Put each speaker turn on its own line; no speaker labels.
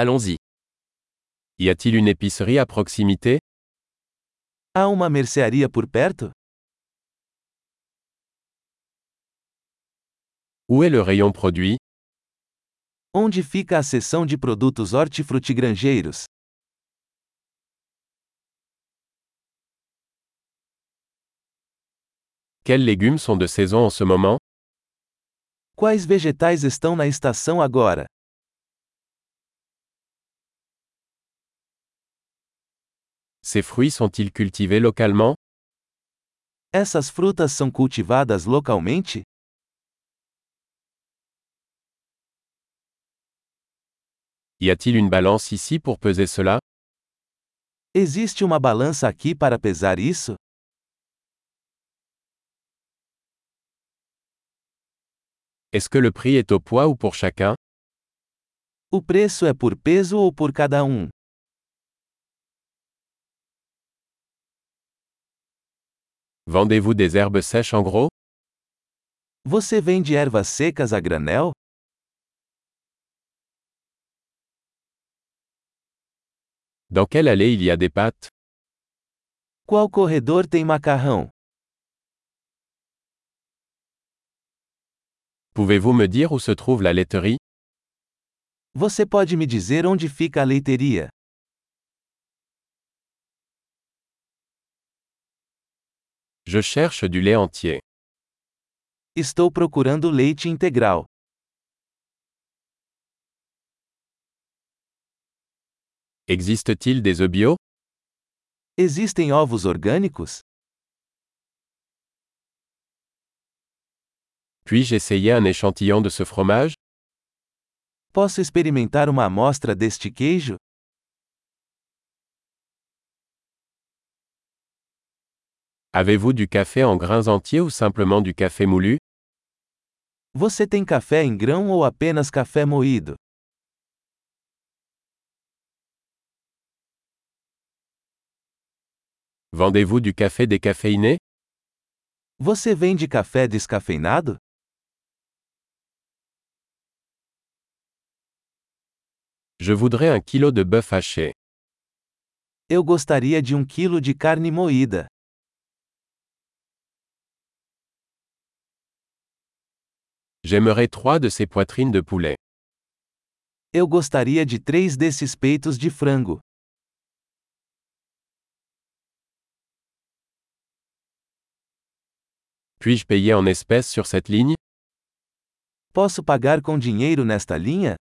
Allons-y. Y a-t-il une épicerie à proximité
Há uma mercearia por perto?
Où est le rayon produit
Onde fica a seção de produtos hortifrutigranjeiros?
Quels légumes sont de saison en ce moment
Quais vegetais estão na estação agora?
Ces fruits sont-ils cultivés localement
Essas frutas são cultivadas localmente?
Y a-t-il une balance ici pour peser cela
Existe uma balança aqui para pesar isso?
Est-ce que le prix est au poids ou pour chacun
O preço é por peso ou por cada um?
Vendez-vous des herbes sèches en gros
Você vende ervas secas a granel?
Dans quelle allée il y a des pâtes
Qual corredor tem macarrão?
Pouvez-vous me dire où se trouve la laiterie
Você pode me dizer onde fica a leiteria?
Je cherche du lait entier.
Estou procurando leite integral.
Existe-t-il des œufs bio
Existem ovos orgânicos?
Puis-je essayer un échantillon de ce fromage
Posso experimentar uma amostra deste queijo?
Avez-vous du café en grains entiers ou simplement du café moulu
Você tem café em grão ou apenas café moído?
Vendez-vous du café décaféiné
Você vende café descafeinado?
Je voudrais un kilo de bœuf haché.
Eu gostaria de um quilo de carne moída.
J'aimerais trois de ces poitrines de poulet.
Eu gostaria de três desses peitos de frango.
Puis-je payer en espèces sur cette ligne
Posso pagar com dinheiro nesta linha?